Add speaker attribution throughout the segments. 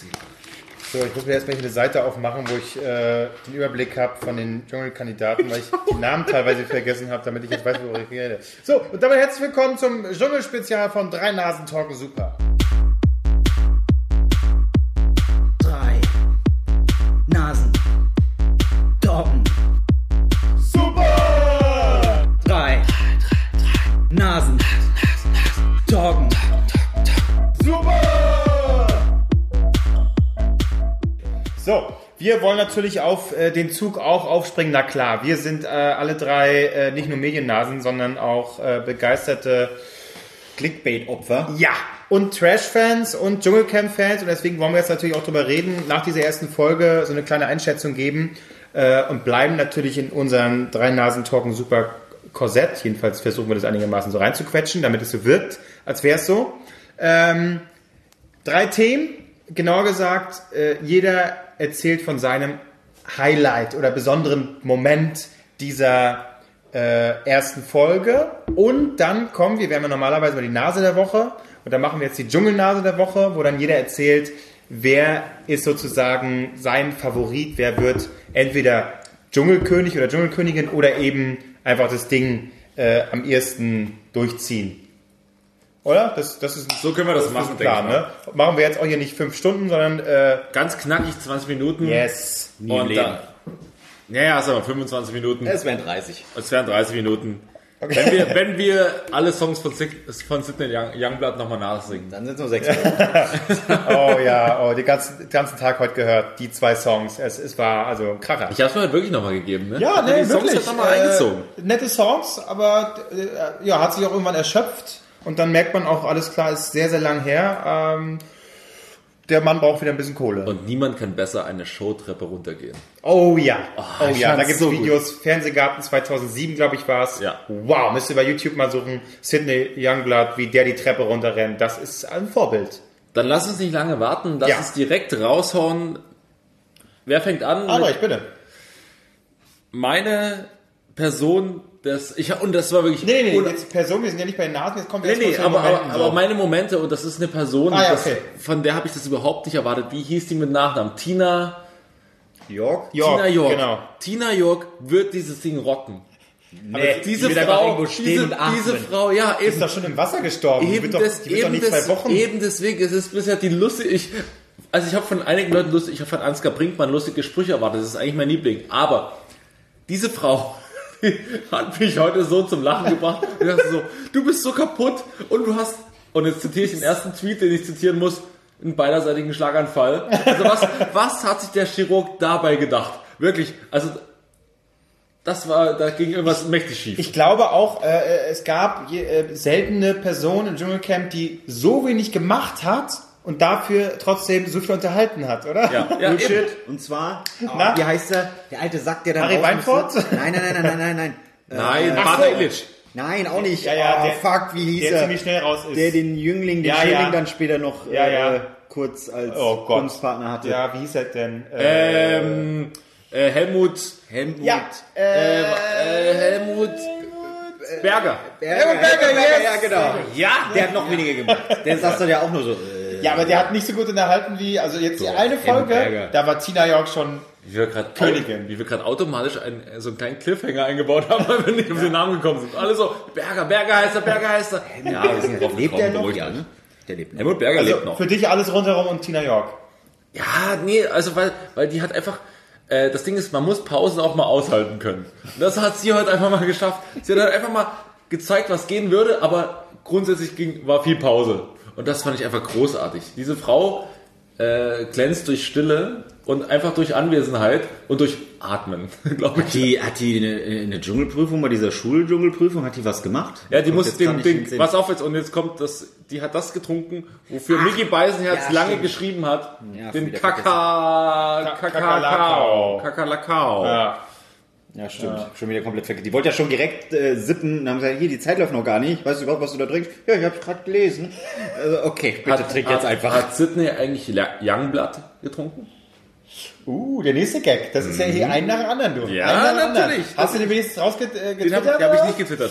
Speaker 1: ziehen.
Speaker 2: So, ich muss mir erstmal hier eine Seite aufmachen, wo ich äh, den Überblick habe von den Dschungelkandidaten, weil ich die Namen teilweise vergessen habe, damit ich jetzt weiß, worüber ich rede. So, und damit herzlich willkommen zum Dschungelspezial von Drei Nasen Talken Super.
Speaker 1: Drei Nasen. Doggen.
Speaker 2: Super!
Speaker 1: Drei Nasen. Doggen.
Speaker 2: Super! So, wir wollen natürlich auf äh, den Zug auch aufspringen. Na klar, wir sind äh, alle drei äh, nicht nur Mediennasen, sondern auch äh, begeisterte
Speaker 3: Clickbait-Opfer.
Speaker 2: Ja, und Trash-Fans und Dschungelcamp-Fans und deswegen wollen wir jetzt natürlich auch drüber reden, nach dieser ersten Folge so eine kleine Einschätzung geben äh, und bleiben natürlich in unserem Drei-Nasen-Talken super Korsett. Jedenfalls versuchen wir das einigermaßen so reinzuquetschen, damit es so wirkt, als wäre es so. Ähm, drei Themen, genauer gesagt, äh, jeder erzählt von seinem Highlight oder besonderen Moment dieser äh, ersten Folge. Und dann kommen wir, wir haben ja normalerweise mal die Nase der Woche. Und dann machen wir jetzt die Dschungelnase der Woche, wo dann jeder erzählt, wer ist sozusagen sein Favorit, wer wird entweder Dschungelkönig oder Dschungelkönigin oder eben einfach das Ding äh, am ehesten durchziehen. Oder? Das, das ist
Speaker 3: So können wir das machen, denke
Speaker 2: klar,
Speaker 3: ich. mal.
Speaker 2: ne? Machen wir jetzt auch hier nicht fünf Stunden, sondern äh,
Speaker 3: Ganz knackig 20 Minuten.
Speaker 2: yes.
Speaker 3: Nie und dann. Naja, ist aber 25 Minuten.
Speaker 4: Es wären 30.
Speaker 3: Es wären 30 Minuten. Wenn, wir, wenn wir alle Songs von, Sig- von Sidney Young, Youngblood nochmal nachsingen.
Speaker 4: Dann sind es nur 6 Minuten.
Speaker 2: Oh ja, oh, den ganzen, den ganzen Tag heute gehört, die zwei Songs. Es, es war also ein Kracher.
Speaker 3: Ich hab's mir halt wirklich nochmal gegeben, ne?
Speaker 2: Ja,
Speaker 3: Hab mir
Speaker 2: nee,
Speaker 3: die Songs
Speaker 2: wirklich.
Speaker 3: halt nochmal reingezogen.
Speaker 2: Äh, nette Songs, aber äh, ja, hat sich auch irgendwann erschöpft. Und dann merkt man auch, alles klar, ist sehr, sehr lang her. Ähm, der Mann braucht wieder ein bisschen Kohle.
Speaker 3: Und niemand kann besser eine Showtreppe runtergehen.
Speaker 2: oh ja, oh,
Speaker 3: Ah, ich
Speaker 2: ja, da
Speaker 3: fand's
Speaker 2: gibt es
Speaker 3: so gut.
Speaker 2: Videos. Fernsehgarten 2007, glaube ich, war es.
Speaker 3: Ja.
Speaker 2: Wow, müsst ihr bei YouTube mal suchen. Sidney Youngblood, wie der die Treppe runterrennt. Das ist ein Vorbild.
Speaker 3: Dann lass uns nicht lange warten, lass
Speaker 2: Ja.
Speaker 3: uns direkt raushauen. Wer fängt an?
Speaker 2: Aber ich bitte.
Speaker 3: Meine Person, das ich und das war wirklich
Speaker 2: Nee, nee, nee,
Speaker 3: un-
Speaker 2: jetzt Person, wir sind ja nicht bei den Nasen, jetzt kommt
Speaker 3: Nee,
Speaker 2: erst mal
Speaker 3: nee,
Speaker 2: zu den
Speaker 3: aber, aber,
Speaker 2: Momenten so.
Speaker 3: aber meine Momente, und das ist eine Person,
Speaker 2: Ah, ja,
Speaker 3: das,
Speaker 2: okay.
Speaker 3: von der habe ich das überhaupt nicht erwartet. Wie hieß die mit Nachnamen? Tina,
Speaker 4: York?
Speaker 2: York,
Speaker 3: Tina York.
Speaker 2: Genau.
Speaker 3: Tina York wird dieses Ding rocken.
Speaker 4: Nee,
Speaker 3: Diese
Speaker 4: die wird einfach
Speaker 3: Frau,
Speaker 4: irgendwo
Speaker 3: diese,
Speaker 4: stehen und atmen.
Speaker 3: diese Frau, ja, eben,
Speaker 2: Ist doch schon im Wasser gestorben. die
Speaker 3: eben,
Speaker 2: wird doch,
Speaker 3: des,
Speaker 2: die wird doch
Speaker 3: eben,
Speaker 2: nicht zwei
Speaker 3: des,
Speaker 2: Wochen.
Speaker 3: eben deswegen, es ist bisher die lustig, ich, also ich habe von einigen Leuten lustig, ich habe von Ansgar Brinkmann lustige Sprüche erwartet, das ist eigentlich mein Liebling, aber diese Frau die hat mich heute so zum Lachen gebracht. Ich dachte so, du bist so kaputt und du hast, und jetzt zitiere ich den ersten Tweet, den ich zitieren muss, einen beiderseitigen Schlaganfall. Also was, was hat sich der Chirurg dabei gedacht? Wirklich, also das war, da ging irgendwas mächtig schief.
Speaker 2: Ich glaube auch, äh, es gab je, äh, seltene Personen im Dschungelcamp, die so wenig gemacht hat und dafür trotzdem so viel unterhalten hat, oder?
Speaker 3: ja, ja, eben.
Speaker 4: Und zwar,
Speaker 2: Na?
Speaker 4: wie heißt er? Der alte Sack, der da
Speaker 2: Harry
Speaker 4: draußen
Speaker 2: Weinfurt?
Speaker 4: sitzt. Nein, nein, nein, nein, nein, nein. Äh,
Speaker 3: Nein,
Speaker 2: Ach
Speaker 3: Vater
Speaker 2: so.
Speaker 3: Illich.
Speaker 4: Nein, auch nicht.
Speaker 2: Ja, ja,
Speaker 4: Ah,
Speaker 2: der-
Speaker 4: fuck, wie hieß
Speaker 2: Der
Speaker 4: er?
Speaker 2: ziemlich schnell raus ist.
Speaker 4: Der den Jüngling, den
Speaker 2: Ja,
Speaker 4: Schädling
Speaker 2: ja.
Speaker 4: dann später noch
Speaker 2: Ja,
Speaker 4: äh,
Speaker 2: ja.
Speaker 4: kurz als
Speaker 2: Oh Gott.
Speaker 4: Kunstpartner hatte.
Speaker 2: ja, wie hieß er denn?
Speaker 3: Ähm, äh, Helmut.
Speaker 4: Helmut.
Speaker 2: ja.
Speaker 3: Äh, äh, Helmut. Berger.
Speaker 4: Berger,
Speaker 2: Berger, Oh, yes.
Speaker 4: ja, genau.
Speaker 3: Ja!
Speaker 4: Der hat noch weniger gemacht. Der saß dann ja auch nur so. Äh,
Speaker 2: ja, aber der hat nicht so gut unterhalten wie, also jetzt die eine Folge,
Speaker 3: Emmberger.
Speaker 2: da war Tina York schon
Speaker 3: Wie wir gerade
Speaker 2: Königin.
Speaker 3: Wie wir gerade automatisch einen, äh, so einen kleinen Cliffhanger eingebaut haben, weil wir nicht auf den Namen gekommen sind. Alle so, Berger, Berger heißt er, Berger heißt er. Ja, wir sind drauf
Speaker 4: lebt
Speaker 3: gekommen,
Speaker 4: der noch?
Speaker 3: beruhigt
Speaker 4: Ja,
Speaker 3: euch.
Speaker 4: ne? Der lebt noch.
Speaker 3: Helmut Berger lebt
Speaker 2: also
Speaker 3: noch.
Speaker 2: für dich alles rundherum und Tina York.
Speaker 3: Ja, nee, also weil, weil die hat einfach. äh, Das Ding ist, man muss Pausen auch mal aushalten können. Und Das hat sie heute einfach mal geschafft. Sie hat halt einfach mal gezeigt, was gehen würde, aber grundsätzlich ging, war viel Pause. Und das fand ich einfach großartig. Diese Frau äh, glänzt durch Stille und einfach durch Anwesenheit und durch Atmen, glaube ich.
Speaker 4: Die, hat die eine, eine Dschungelprüfung bei dieser Schuldschungelprüfung, hat die was gemacht?
Speaker 3: Ja, die
Speaker 4: Kommt
Speaker 3: muss
Speaker 4: jetzt
Speaker 3: den
Speaker 4: gar nicht ins
Speaker 3: Ding.
Speaker 4: Sinn.
Speaker 3: Pass auf jetzt, und jetzt kommt das, die hat das getrunken, wofür Mickey Beisenherz
Speaker 4: ja,
Speaker 3: lange
Speaker 4: stimmt.
Speaker 3: geschrieben hat.
Speaker 4: Ja, schon
Speaker 3: den
Speaker 4: wieder
Speaker 3: Kaka,
Speaker 2: Kakalakao.
Speaker 3: Kakakao. Kakalakao.
Speaker 2: Ja.
Speaker 4: Ja, stimmt. Schon wieder komplett vergessen. Die wollte ja schon direkt äh, sippen und haben gesagt, hier, die Zeit läuft noch gar nicht. Weißt du überhaupt, was du da trinkst? Ja, ich hab's gerade gelesen. Also, okay, bitte trink jetzt
Speaker 3: hat,
Speaker 4: einfach.
Speaker 3: Hat Sydney eigentlich La- Youngblood getrunken?
Speaker 2: Uh, der nächste Gag. Das ist ja hier ein nach dem anderen, du.
Speaker 3: Mhm. Ja,
Speaker 2: Ein nach dem anderen.
Speaker 3: natürlich.
Speaker 2: Hast du den wenigstens äh, rausgetwittert?
Speaker 3: Den habe hab ich nicht getwittert.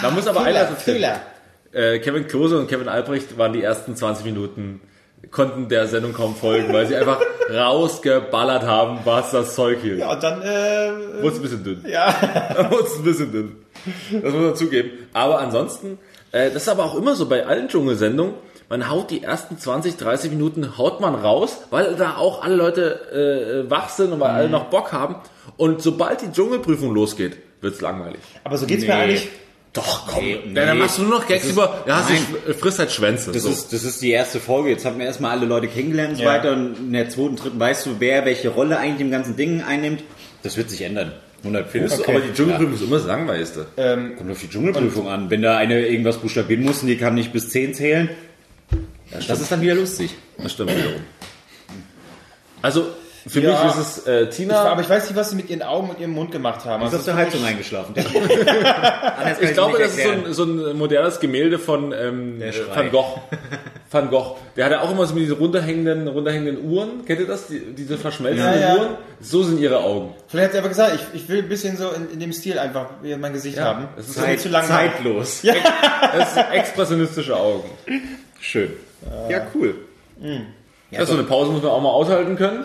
Speaker 3: da muss aber
Speaker 2: Ah, Fehler,
Speaker 3: einer so
Speaker 2: Fehler.
Speaker 3: Äh, Kevin Klose und Kevin Albrecht waren die ersten 20 Minuten konnten der Sendung kaum folgen, weil sie einfach rausgeballert haben, was das Zeug hielt.
Speaker 2: Ja, und dann, äh,
Speaker 3: Wurde es ein bisschen dünn.
Speaker 2: ja.
Speaker 3: Wurde es ein bisschen dünn. Das muss man zugeben. Aber ansonsten, äh, das ist aber auch immer so bei allen Dschungelsendungen, man haut die ersten 20, 30 Minuten, haut man raus, weil da auch alle Leute äh, wach sind und weil alle noch Bock haben. Und sobald die Dschungelprüfung losgeht, wird's langweilig.
Speaker 2: Aber so geht's
Speaker 4: Nee.
Speaker 2: mir eigentlich.
Speaker 3: Doch, komm.
Speaker 4: Nee,
Speaker 3: Dann
Speaker 4: nee.
Speaker 3: machst du nur noch Gags über, ja, sie sch- frisst halt Schwänze.
Speaker 4: Das,
Speaker 3: so.
Speaker 4: ist, das ist die erste Folge. Jetzt haben wir erstmal alle Leute kennengelernt und so
Speaker 2: Ja.
Speaker 4: weiter. Und in der zweiten, dritten weißt du, wer welche Rolle eigentlich im ganzen Ding einnimmt. Das wird sich ändern. 100
Speaker 3: Findest du,
Speaker 2: okay.
Speaker 3: aber die Dschungelprüfung ist immer das Langweiligste.
Speaker 2: ähm,
Speaker 4: Kommt auf die Dschungelprüfung an. Wenn da eine irgendwas buchstabieren muss und die kann nicht bis 10 zählen, das ist dann wieder lustig.
Speaker 3: Das stimmt wiederum. Also, für
Speaker 2: Ja.
Speaker 3: mich ist es äh, Tina.
Speaker 2: Aber ich weiß nicht, was sie mit ihren Augen und ihrem Mund gemacht haben. Also
Speaker 4: Das hast du
Speaker 3: halt
Speaker 4: halb schon eingeschlafen.
Speaker 3: Ich glaube, das ist so ein, so ein modernes Gemälde von ähm,
Speaker 4: Schrei.
Speaker 3: Van Gogh. Van Gogh. Der hat ja auch immer so mit diesen runterhängenden, runterhängenden Uhren. Kennt ihr das? Die, diese verschmelzenden
Speaker 2: Ja, ja.
Speaker 3: Uhren. So sind ihre Augen.
Speaker 2: Vielleicht hat sie aber gesagt, ich, ich will ein bisschen so in, in dem Stil einfach hier mein Gesicht haben.
Speaker 3: Das ist, halt
Speaker 2: Das mir
Speaker 3: Zeit.
Speaker 2: zu lang.
Speaker 4: zeitlos.
Speaker 3: das sind expressionistische Augen.
Speaker 4: Schön. Ja, cool.
Speaker 2: Hm.
Speaker 3: das so eine Pause muss man auch mal aushalten können.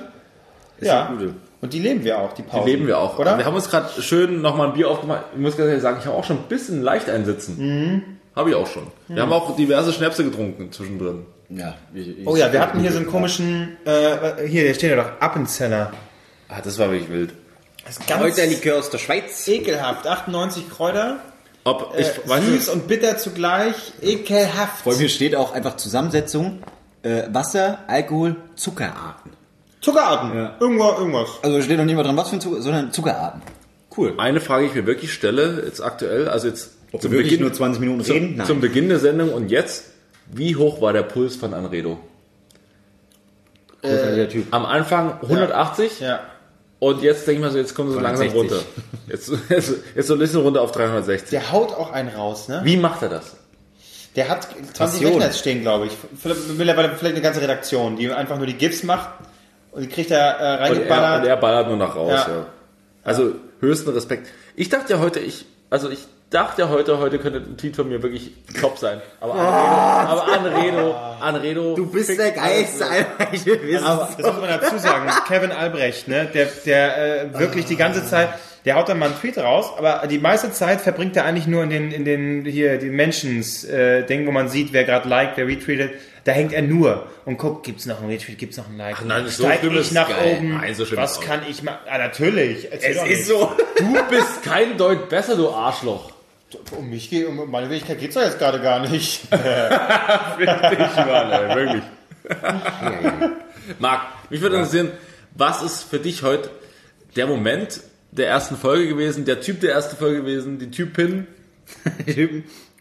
Speaker 2: Ja.
Speaker 4: eine gute.
Speaker 2: Und die leben wir auch, die Pause.
Speaker 3: Die leben wir auch.
Speaker 2: Oder?
Speaker 3: Wir haben uns gerade schön nochmal ein Bier aufgemacht. Ich muss ganz ehrlich sagen, ich habe auch schon ein bisschen leicht einsitzen.
Speaker 2: Mhm.
Speaker 3: Habe ich auch schon. Wir haben auch diverse Schnäpse getrunken zwischendrin.
Speaker 4: Ja, ich, ich
Speaker 2: oh ja, wir hatten hier so einen komischen, äh, hier, der steht ja doch, Appenzeller.
Speaker 3: Ah, das war wirklich wild.
Speaker 2: Das ist ganz
Speaker 4: Kräuterlikör aus der Schweiz.
Speaker 2: ekelhaft. 98 Kräuter,
Speaker 3: Ob,
Speaker 2: äh,
Speaker 3: ich weiß nicht,
Speaker 2: süß und bitter zugleich, ekelhaft.
Speaker 4: Vor mir steht auch einfach Zusammensetzung äh, Wasser, Alkohol, Zuckerarten.
Speaker 2: Zuckerarten.
Speaker 4: Ja.
Speaker 2: Irgendwas, irgendwas.
Speaker 4: Also steht noch nicht mal dran, was für ein Zucker, sondern Zuckerarten. Cool.
Speaker 3: Eine Frage, die ich mir wirklich stelle, jetzt aktuell, also jetzt
Speaker 4: Ob wir wirklich nur 20 Minuten reden?
Speaker 3: zum,
Speaker 4: Nein.
Speaker 3: zum Beginn der Sendung und jetzt, wie hoch war der Puls von Anredo?
Speaker 2: Äh,
Speaker 4: Großartiger Typ.
Speaker 3: Am Anfang 180
Speaker 2: Ja.
Speaker 3: und jetzt denke ich mal so, jetzt kommen sie langsam
Speaker 4: 160.
Speaker 3: runter. Jetzt, jetzt, jetzt so ein bisschen runter auf 360.
Speaker 2: Der haut auch einen raus, ne?
Speaker 3: Wie macht er das?
Speaker 2: Der hat 20
Speaker 4: Passion.
Speaker 2: Rechner jetzt stehen, glaube ich. Vielleicht- Mittlerweile vielleicht eine ganze Redaktion, die einfach nur die GIFs macht und die kriegt er äh,
Speaker 3: Und er, und
Speaker 2: reingeballert.
Speaker 3: er ballert nur nach raus, ja.
Speaker 2: Ja.
Speaker 3: Also höchsten Respekt. Ich dachte ja heute, ich, also ich dachte ja heute, heute könnte ein Tweet von mir wirklich top sein. Aber Anredo, aber Anredo, Anredo.
Speaker 4: Ah. Du bist der
Speaker 2: Also,
Speaker 4: Geist, Alter. Ich will wissen.
Speaker 2: das muss man dazu sagen. Kevin Albrecht, ne? der, der äh, wirklich die ganze Zeit, der haut dann mal einen Tweet raus, aber die meiste Zeit verbringt er eigentlich nur in den, in den hier die Mentions äh, Dingen, wo man sieht, wer gerade liked, wer retweetet. Da hängt er nur und guckt, gibt's noch einen Retweet, gibt's noch einen Like? Ach
Speaker 3: nein, so
Speaker 2: Steig
Speaker 3: schlimm
Speaker 2: ich
Speaker 3: ist
Speaker 2: nach
Speaker 3: geil.
Speaker 2: oben?
Speaker 3: Nein, so schlimm ist
Speaker 2: Was
Speaker 3: auch
Speaker 2: kann ich machen? Ah, natürlich. Erzähl
Speaker 4: Es
Speaker 2: doch
Speaker 4: ist
Speaker 2: nicht.
Speaker 4: so.
Speaker 3: Du bist kein Deut besser, du Arschloch.
Speaker 2: Um mich geht, um meine Wirklichkeit geht's doch jetzt gerade gar nicht.
Speaker 3: Mann, ey, wirklich. Marc, mich würde interessieren, was ist für dich heute der Moment der ersten Folge gewesen, der Typ der ersten Folge gewesen, die Typin?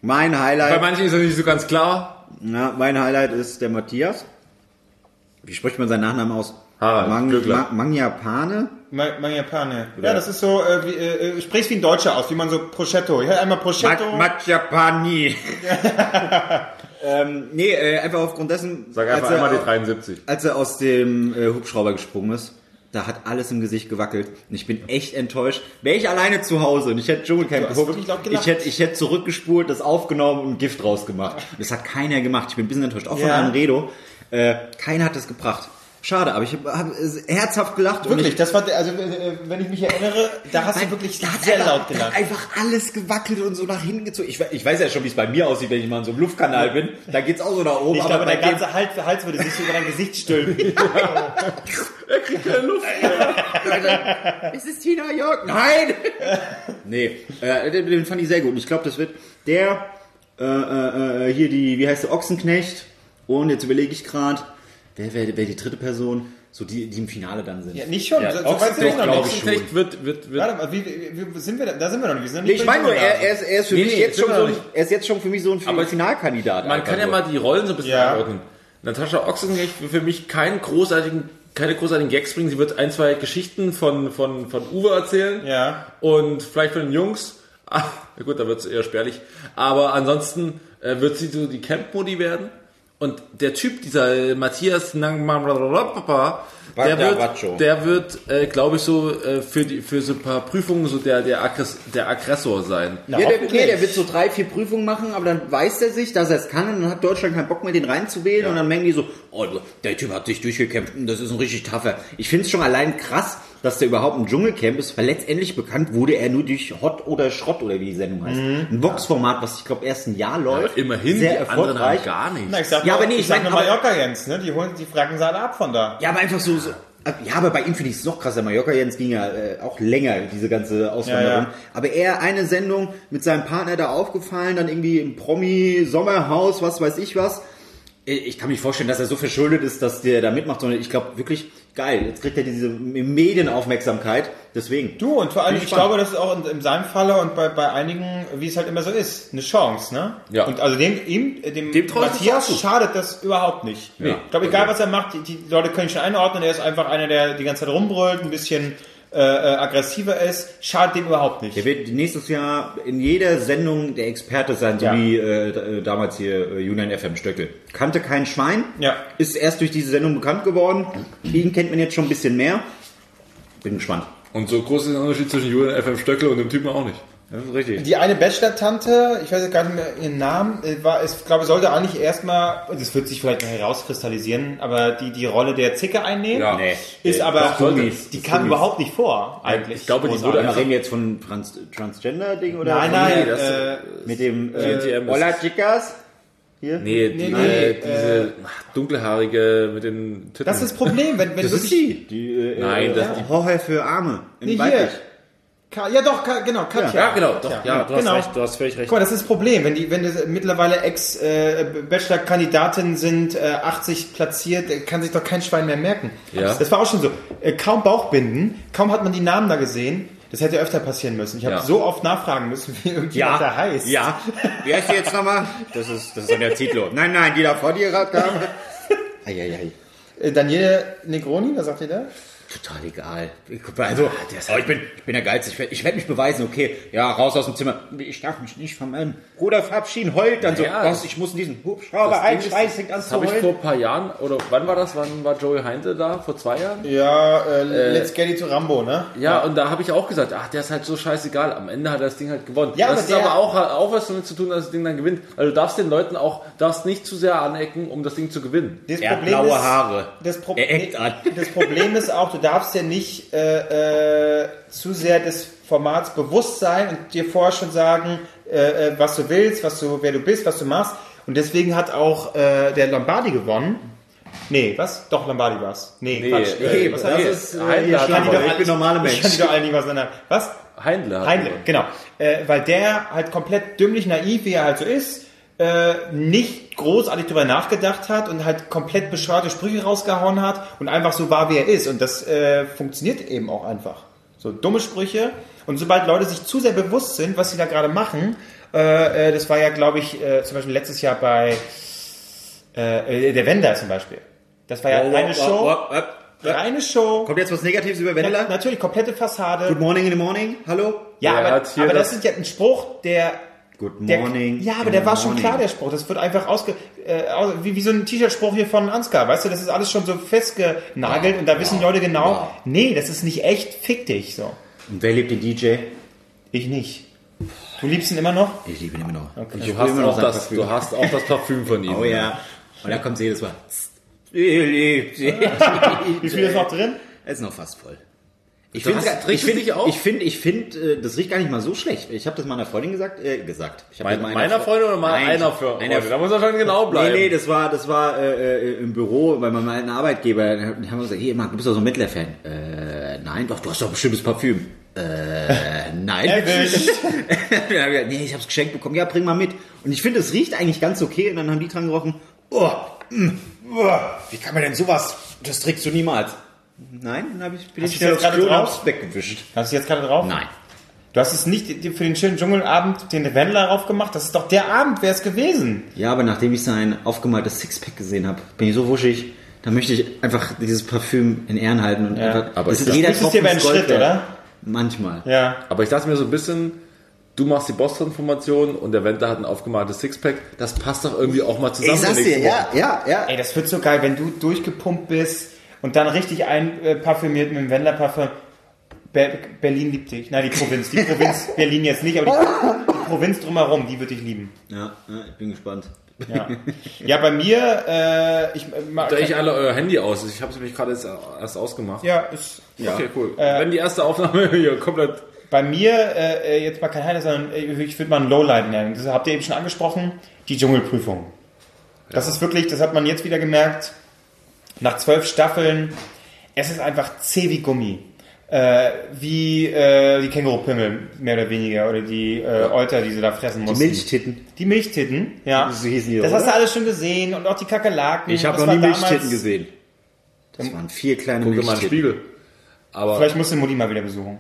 Speaker 4: Mein
Speaker 3: Bei
Speaker 4: Highlight,
Speaker 3: manchen ist das nicht so ganz klar.
Speaker 4: na, mein Highlight ist der Matthias. Wie spricht man seinen Nachnamen aus?
Speaker 3: Harald
Speaker 4: Mang,
Speaker 3: Glückler.
Speaker 4: Ma, Mangiapane?
Speaker 2: Mein, mein Japaner. Ja, das ist so, äh, wie, äh, äh, sprichst wie ein Deutscher aus, wie man so Prosciutto. Ich hatte einmal Prosciutto.
Speaker 4: Ma- Mangiapani. ähm, nee, äh, einfach aufgrund dessen,
Speaker 3: Sag einfach
Speaker 4: als, er,
Speaker 3: einmal die 73.
Speaker 4: als er aus dem äh, Hubschrauber gesprungen ist, da hat alles im Gesicht gewackelt und ich bin echt enttäuscht. Wäre ich alleine zu Hause und ich hätte Dschungelcamp
Speaker 2: hast
Speaker 4: geguckt,
Speaker 2: wirklich laut gelacht.
Speaker 4: ich hätte, ich hätte zurückgespult, das aufgenommen und Gift rausgemacht. Das hat keiner gemacht. Ich bin ein bisschen enttäuscht, auch von
Speaker 2: Ja.
Speaker 4: Anredo. Äh, keiner hat das gebracht. Schade, aber ich habe hab, äh, herzhaft gelacht.
Speaker 2: Wirklich,
Speaker 4: und ich,
Speaker 2: das war, der- also äh, wenn ich mich erinnere, da hast du wirklich
Speaker 4: da hat
Speaker 2: sehr
Speaker 4: einfach,
Speaker 2: laut
Speaker 4: da hat
Speaker 2: gelacht.
Speaker 4: einfach alles gewackelt und so nach hinten gezogen. Ich, we- ich weiß ja schon, wie es bei mir aussieht, wenn ich mal in so einem Luftkanal bin. Da geht's auch so nach oben.
Speaker 2: Ich glaube,
Speaker 4: bei
Speaker 2: der
Speaker 4: dem-
Speaker 2: ganze Hals, Hals würde sich so über dein Gesicht stülpen.
Speaker 3: Er kriegt keine Luft.
Speaker 4: Es ist Tina York. Nein! nee, äh, den, den fand ich sehr gut. Und ich glaube, das wird der, äh, äh, äh, hier die, wie heißt der, Ochsenknecht. Und jetzt überlege ich gerade, wer wäre wer die dritte Person, so die, die im Finale dann sind.
Speaker 2: ja, nicht schon.
Speaker 4: Ja,
Speaker 2: so, so weit
Speaker 4: Ochsenknecht
Speaker 2: sind wir noch
Speaker 4: glaub
Speaker 2: nicht.
Speaker 4: ich.
Speaker 3: Vielleicht wird, wird, wird.
Speaker 2: Warte mal, wie, wie, wie sind wir da? Da sind wir noch nicht. Wir sind noch
Speaker 4: Nee,
Speaker 2: nicht
Speaker 4: ich meine nur, er, er, ist, er ist für
Speaker 3: Nee,
Speaker 4: mich
Speaker 3: nee,
Speaker 4: jetzt schon
Speaker 3: stimmt
Speaker 4: so
Speaker 3: doch
Speaker 4: ein,
Speaker 3: nicht.
Speaker 4: er ist jetzt schon für mich so ein
Speaker 3: Aber es-
Speaker 4: Finalkandidat.
Speaker 3: Man
Speaker 4: einfach
Speaker 3: kann ja
Speaker 4: nur.
Speaker 3: mal die Rollen so ein bisschen
Speaker 2: Ja.
Speaker 3: einordnen. Natascha Ochsenknecht will für mich keinen großartigen, keine großartigen Gags bringen. Sie wird ein, zwei Geschichten von, von, von Uwe erzählen.
Speaker 2: Ja.
Speaker 3: Und vielleicht von den Jungs. Ah, na gut, da wird es eher spärlich. Aber ansonsten äh, wird sie so die Camp-Modi werden. Und der Typ, dieser Matthias Nangmamrapapa, der
Speaker 4: Bagdavacho.
Speaker 3: wird, der wird äh, glaube ich, so äh, für, die, für so ein paar Prüfungen so der, der, Aggress der Aggressor sein.
Speaker 4: Ja, der, nee, der wird so drei, vier Prüfungen machen, aber dann weiß er sich, dass er es kann und dann hat Deutschland keinen Bock mehr, den reinzuwählen und dann merken die so, oh, der Typ hat sich durchgekämpft und das ist ein richtig taffer. Ich finde es schon allein krass, dass der überhaupt im Dschungelcamp ist, weil letztendlich bekannt wurde er nur durch Hot oder Schrott oder wie die Sendung heißt. Ein Vox-Format, was ich glaube erst ein Jahr läuft.
Speaker 3: Mhm. Aber immerhin,
Speaker 4: sehr
Speaker 3: die anderen haben
Speaker 4: erfolgreich.
Speaker 3: gar nichts.
Speaker 2: Na, ich sag
Speaker 4: Ja,
Speaker 2: nur,
Speaker 4: aber nee,
Speaker 2: ich
Speaker 4: ich
Speaker 2: sag
Speaker 4: mein,
Speaker 2: nur
Speaker 4: aber-
Speaker 2: Mallorca Jens, ne? Die holen, die fragen sie alle ab von da.
Speaker 4: Ja, aber einfach so. so ja, aber bei ihm finde ich es noch krasser. Mallorca Jens ging ja äh, auch länger, diese ganze Auswanderung.
Speaker 2: Ja, ja.
Speaker 4: Aber er eine Sendung mit seinem Partner da aufgefallen, dann irgendwie im Promi-Sommerhaus, was weiß ich was. Äh, Ich kann mich vorstellen, dass er so verschuldet ist, dass der da mitmacht, sondern ich glaube wirklich, geil, jetzt kriegt er diese Medienaufmerksamkeit. Deswegen.
Speaker 2: Du, und vor allem,
Speaker 4: Bin
Speaker 2: ich
Speaker 4: gespannt.
Speaker 2: glaube, das ist auch in, in seinem Falle und bei, bei einigen, wie es halt immer so ist, eine Chance, ne?
Speaker 3: Ja.
Speaker 2: Und also dem, ihm, äh, dem,
Speaker 3: Dem traue ich
Speaker 2: Matthias
Speaker 3: das auch zu.
Speaker 2: schadet das überhaupt nicht.
Speaker 3: Nee. also-
Speaker 2: Ich glaube, egal was er macht, die, die Leute können ihn schon einordnen, er ist einfach einer, der die ganze Zeit rumbrüllt, ein bisschen äh, äh, aggressiver ist, schadet dem überhaupt nicht.
Speaker 4: Der wird nächstes Jahr in jeder Sendung der Experte sein, so
Speaker 2: Ja.
Speaker 4: wie äh, d- äh, damals hier äh, Julian FM Stöckel. Kannte kein Schwein,
Speaker 2: Ja.
Speaker 4: ist erst durch diese Sendung bekannt geworden. Ihn kennt man jetzt schon ein bisschen mehr. Bin gespannt.
Speaker 3: Und so groß ist der Unterschied zwischen Julian FM Stöckel und dem Typen auch nicht.
Speaker 4: Das ist richtig.
Speaker 2: Die eine Bachelor-Tante, ich weiß jetzt gar nicht mehr ihren Namen, äh, war, ich glaube, sollte eigentlich erstmal, das wird sich vielleicht noch herauskristallisieren, aber die, die Rolle der Zicke einnehmen,
Speaker 3: Ja.
Speaker 4: Nee.
Speaker 2: ist aber,
Speaker 4: Doch, Dummies.
Speaker 2: die
Speaker 4: Das
Speaker 2: kam
Speaker 4: Dummies.
Speaker 2: überhaupt nicht vor, eigentlich.
Speaker 3: ich glaube, die wurde
Speaker 4: Oder
Speaker 2: Großartig.
Speaker 3: einfach-
Speaker 4: reden wir jetzt von Trans Transgender-Ding oder?
Speaker 2: Nein, nein,
Speaker 3: Nee, das-
Speaker 2: äh,
Speaker 4: Mit dem äh,
Speaker 3: GNTM ist
Speaker 4: Ola
Speaker 3: es.
Speaker 4: Chicas? Hier?
Speaker 3: Nee,
Speaker 2: Nee,
Speaker 3: die,
Speaker 2: nee,
Speaker 3: äh,
Speaker 2: äh,
Speaker 3: diese ach, dunkelhaarige mit den Titten.
Speaker 2: Das ist das Problem, wenn, wenn
Speaker 4: Das ist
Speaker 2: wirklich-
Speaker 4: die. die äh,
Speaker 3: Nein,
Speaker 4: äh,
Speaker 3: das-
Speaker 4: ist die. Horror für Arme. In
Speaker 2: Nee,
Speaker 4: weiblich.
Speaker 2: hier. Ka ja, doch, Ka genau, Katja.
Speaker 3: ja, genau, doch, ja, du hast
Speaker 2: genau.
Speaker 3: recht, du hast völlig recht.
Speaker 2: Guck mal, das ist das Problem, wenn die, wenn die mittlerweile Ex-Bachelor-Kandidatinnen sind, äh, 80 platziert, äh, kann sich doch kein Schwein mehr merken.
Speaker 3: Ja.
Speaker 2: Das war auch schon so. Äh, kaum Bauchbinden, kaum hat man die Namen da gesehen. Das hätte öfter passieren müssen. Ich habe
Speaker 3: Ja.
Speaker 2: so oft nachfragen müssen, wie irgendjemand da heißt.
Speaker 4: Ja. Wie heißt die jetzt nochmal? Das ist, das ist der Titlo. Nein, nein, die da vor dir gerade kam. Eieiei.
Speaker 2: Äh, Daniele Negroni, was sagt ihr da?
Speaker 4: Total egal. Ich guck mal, Also, oh, ich, bin, ich bin der Geilste. Ich werde ich werd mich beweisen. Okay, ja, raus aus dem Zimmer. Ich darf mich nicht von meinem Bruder verabschieden. Heult dann
Speaker 3: Ja.
Speaker 4: so. Was, ich muss in diesen Hubschrauber einsteigen. Fängt an
Speaker 3: das
Speaker 4: zu
Speaker 3: habe ich vor
Speaker 4: heulen.
Speaker 3: ein paar Jahren, oder wann war das? Wann war Joey Heinte da? Vor zwei Jahren? Ja,
Speaker 2: Ja, äh, Let's Get It to Rambo, ne?
Speaker 3: und da habe ich auch gesagt, ach, der ist halt so scheißegal. Am Ende hat er das Ding halt gewonnen.
Speaker 2: Ja,
Speaker 3: das
Speaker 2: aber
Speaker 3: ist
Speaker 2: der-
Speaker 3: aber auch, auch was damit zu tun, dass das Ding dann gewinnt. Also du darfst den Leuten auch, darfst nicht zu sehr anecken, um das Ding zu gewinnen.
Speaker 2: Das
Speaker 4: Er hat blaue Haare.
Speaker 2: Das, Pro
Speaker 4: Er eckt an.
Speaker 2: das Problem ist auch, du darfst ja nicht äh, äh, zu sehr des Formats bewusst sein und dir vorher schon sagen, äh, äh, was du willst, was du, wer du bist, was du machst. Und deswegen hat auch äh, der Lombardi gewonnen. Nee, was? Doch, Lombardi war's. Nee,
Speaker 3: Nee,
Speaker 2: Quatsch.
Speaker 3: nee,
Speaker 2: was
Speaker 3: das
Speaker 2: hat-
Speaker 3: ist,
Speaker 2: äh,
Speaker 3: Heindler
Speaker 2: ich
Speaker 3: hat
Speaker 2: kann die
Speaker 3: gewonnen.
Speaker 2: doch
Speaker 4: Ich bin normaler
Speaker 2: alle- Ich kann die
Speaker 4: Mensch.
Speaker 2: doch alle nicht auseinander. Was?
Speaker 3: Heindle hat
Speaker 2: Heinle,
Speaker 3: gewonnen.
Speaker 2: genau. Äh, weil der halt komplett dümmlich naiv, wie er halt so ist, äh, nicht großartig drüber nachgedacht hat und halt komplett bescheuerte Sprüche rausgehauen hat und einfach so war, wie er ist. Und das äh, funktioniert eben auch einfach. So dumme Sprüche. Und sobald Leute sich zu sehr bewusst sind, was sie da gerade machen, äh, äh, das war ja, glaube ich, äh, zum Beispiel letztes Jahr bei äh, äh, der Wender zum Beispiel. Das war ja eine Show,
Speaker 4: Wop, wop, wop.
Speaker 2: eine Show.
Speaker 4: Kommt jetzt was Negatives über
Speaker 2: Na-
Speaker 4: Vanilla?
Speaker 2: Natürlich, komplette Fassade.
Speaker 4: Good morning in the morning. Hallo?
Speaker 2: Ja,
Speaker 3: Der
Speaker 2: aber,
Speaker 3: hat hier
Speaker 2: aber das,
Speaker 3: das-
Speaker 2: ist ja ein Spruch, der.
Speaker 4: Good
Speaker 2: der
Speaker 4: morning.
Speaker 2: ja, aber
Speaker 4: in
Speaker 2: der
Speaker 4: the
Speaker 2: war schon
Speaker 4: morning.
Speaker 2: klar, der Spruch. Das wird einfach ausge. Äh, aus, wie, wie so ein T-Shirt-Spruch hier von Ansgar, weißt du? Das ist alles schon so festgenagelt und da wissen Leute genau,
Speaker 4: ja.
Speaker 2: nee, das ist nicht echt, fick dich. So.
Speaker 4: Und wer liebt den DJ?
Speaker 2: Ich nicht. Du liebst ihn immer noch?
Speaker 4: Ich liebe ihn immer noch. Ich
Speaker 3: Du
Speaker 4: will
Speaker 3: hast,
Speaker 4: immer noch
Speaker 3: auch
Speaker 4: sein
Speaker 3: das,
Speaker 4: Parfüm.
Speaker 3: du hast auch das Parfüm von ihm.
Speaker 4: Oh ja. Und da kommt sie jedes Mal. Ihr liebt sie.
Speaker 2: Wie viel ist noch drin?
Speaker 4: Es ist noch fast voll. Ich
Speaker 3: Du
Speaker 4: finde,
Speaker 3: hast- trinkst
Speaker 4: ich
Speaker 3: du
Speaker 4: finde,
Speaker 3: dich auch?
Speaker 4: ich finde, ich finde, äh, das riecht gar nicht mal so schlecht. Ich habe das meiner Freundin gesagt, äh, gesagt. Ich hab
Speaker 3: Mein,
Speaker 4: das
Speaker 3: meiner
Speaker 4: Fre-
Speaker 3: Freundin oder mal
Speaker 4: Nein,
Speaker 3: einer für
Speaker 4: einer
Speaker 3: Da muss er schon genau
Speaker 4: Nee,
Speaker 3: bleiben.
Speaker 4: nee, das war, das war äh, äh, im Büro bei meinem alten Arbeitgeber. Da haben wir gesagt, hey, Marc, du bist doch so ein Mittler-Fan. Äh, nein, doch, du hast doch ein bestimmtes Parfüm. Äh, nein.
Speaker 2: Erwischt.
Speaker 4: Dann hab ich gesagt, nee, ich hab's geschenkt bekommen. Ja, bring mal mit. Und ich finde, es riecht eigentlich ganz okay. Und dann haben die dran gerochen. Oh, mh, oh, wie kann man denn sowas? Das trägst du niemals. Nein, dann habe ich bin
Speaker 2: Hast
Speaker 4: ich
Speaker 2: du das
Speaker 4: aufs
Speaker 2: gerade
Speaker 4: Klo und
Speaker 2: drauf?
Speaker 4: hab's weggewischt.
Speaker 2: Hast du jetzt gerade drauf?
Speaker 4: Nein.
Speaker 2: Du hast es nicht für den schönen Dschungelabend den Wendler drauf gemacht. Das ist doch der Abend, wäre es gewesen.
Speaker 4: Ja, aber nachdem ich sein aufgemaltes Sixpack gesehen habe, bin ich so wuschig. Da möchte ich einfach dieses Parfüm in Ehren halten und einfach.
Speaker 3: Aber
Speaker 4: das
Speaker 3: ich
Speaker 4: ist jeder
Speaker 2: Das ist dir
Speaker 4: Tropfen
Speaker 2: aber ein
Speaker 4: ist Gold
Speaker 2: Schritt,
Speaker 4: wert.
Speaker 2: oder?
Speaker 4: Manchmal.
Speaker 2: Ja.
Speaker 3: Aber ich dachte mir so ein bisschen, du machst die Boss-Transformation und der Wendler hat ein aufgemaltes Sixpack. Das passt doch irgendwie auch mal zusammen.
Speaker 4: Ich sag's dir,
Speaker 3: nächste
Speaker 4: ja,
Speaker 3: Woche.
Speaker 4: ja, ja.
Speaker 2: Ey, das wird so geil, wenn du durchgepumpt bist und dann richtig einparfümiert mit dem Wendler-Parfüm. Be Berlin liebt dich. Nein, die Provinz. Die Provinz, Berlin jetzt nicht, aber die, die Provinz drumherum, die wird dich lieben.
Speaker 4: Ja, ja, ich bin gespannt.
Speaker 2: Ja, ja bei mir, äh, ich äh, mag.
Speaker 3: Da ich alle euer Handy aus. Ich habe es nämlich gerade erst, erst ausgemacht. Äh,
Speaker 2: ja, ist,
Speaker 3: Okay, cool. Wenn die erste Aufnahme hier komplett.
Speaker 2: bei mir äh, äh, jetzt mal kein Highlight, sondern äh, ich würde mal ein Lowlight nennen. Das habt ihr eben schon angesprochen, die Dschungelprüfung. Das ist wirklich, das hat man jetzt wieder gemerkt, nach zwölf Staffeln, es ist einfach zäh wie Gummi. Äh, wie äh, die Kängurupimmel, mehr oder weniger, oder die äh, Euter, die sie da fressen mussten.
Speaker 4: Milchtitten.
Speaker 2: Die Milchtitten, ja.
Speaker 4: So hießen die
Speaker 2: das
Speaker 4: doch,
Speaker 2: hast du
Speaker 4: oder?
Speaker 2: alles schon gesehen und auch die Kakerlaken.
Speaker 4: Ich habe
Speaker 2: Das
Speaker 4: noch nie
Speaker 2: war damals-
Speaker 4: Milchtitten gesehen. Das waren vier kleine
Speaker 3: Guck dir mal in den
Speaker 4: Milchtitten.
Speaker 3: Spiegel. Aber.
Speaker 2: Vielleicht musst du Mutti mal wieder besuchen.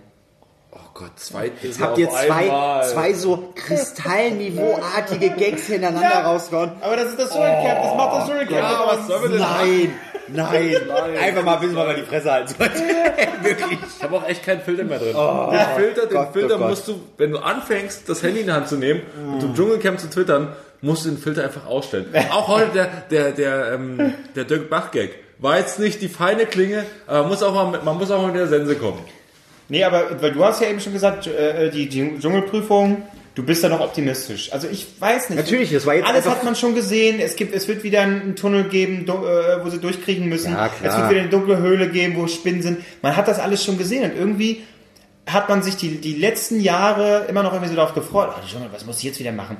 Speaker 3: oh Gott, zwei.
Speaker 4: Habt ihr zwei, zwei so kristallniveauartige Gags hintereinander
Speaker 2: Ja.
Speaker 4: rausgehauen?
Speaker 2: Aber das ist das Dschungelcamp, das macht
Speaker 4: Oh,
Speaker 2: das Dschungelcamp.
Speaker 3: Ja, was soll man denn
Speaker 4: Nein, nein. Einfach mal wissen, was man die Fresse halten sollte. Wirklich.
Speaker 3: Ich habe auch echt keinen Filter mehr drin. den Filter, den
Speaker 4: Gott,
Speaker 3: Filter
Speaker 4: oh Gott.
Speaker 3: musst du, wenn du anfängst, das Handy in die Hand zu nehmen und zum Dschungelcamp zu twittern, musst du den Filter einfach ausstellen. Auch heute der, der, der, ähm, der Dirk Bach-Gag. War jetzt nicht die feine Klinge, aber muss auch mal, mit- man muss auch mal mit der Sense kommen.
Speaker 2: Nee, aber weil du hast ja eben schon gesagt, äh, die Dschung- Dschungelprüfung, du bist da noch optimistisch. Also ich weiß nicht.
Speaker 4: Natürlich, das war jetzt
Speaker 2: Alles
Speaker 4: einfach-
Speaker 2: hat man schon gesehen. Es gibt, es wird wieder einen Tunnel geben, du, äh, wo sie durchkriechen müssen.
Speaker 4: Ja, klar.
Speaker 2: Es wird wieder eine dunkle Höhle geben, wo Spinnen sind. Man hat das alles schon gesehen und irgendwie hat man sich die, die letzten Jahre immer noch irgendwie so darauf gefreut. Oh, die Dschungel, was muss ich jetzt wieder machen?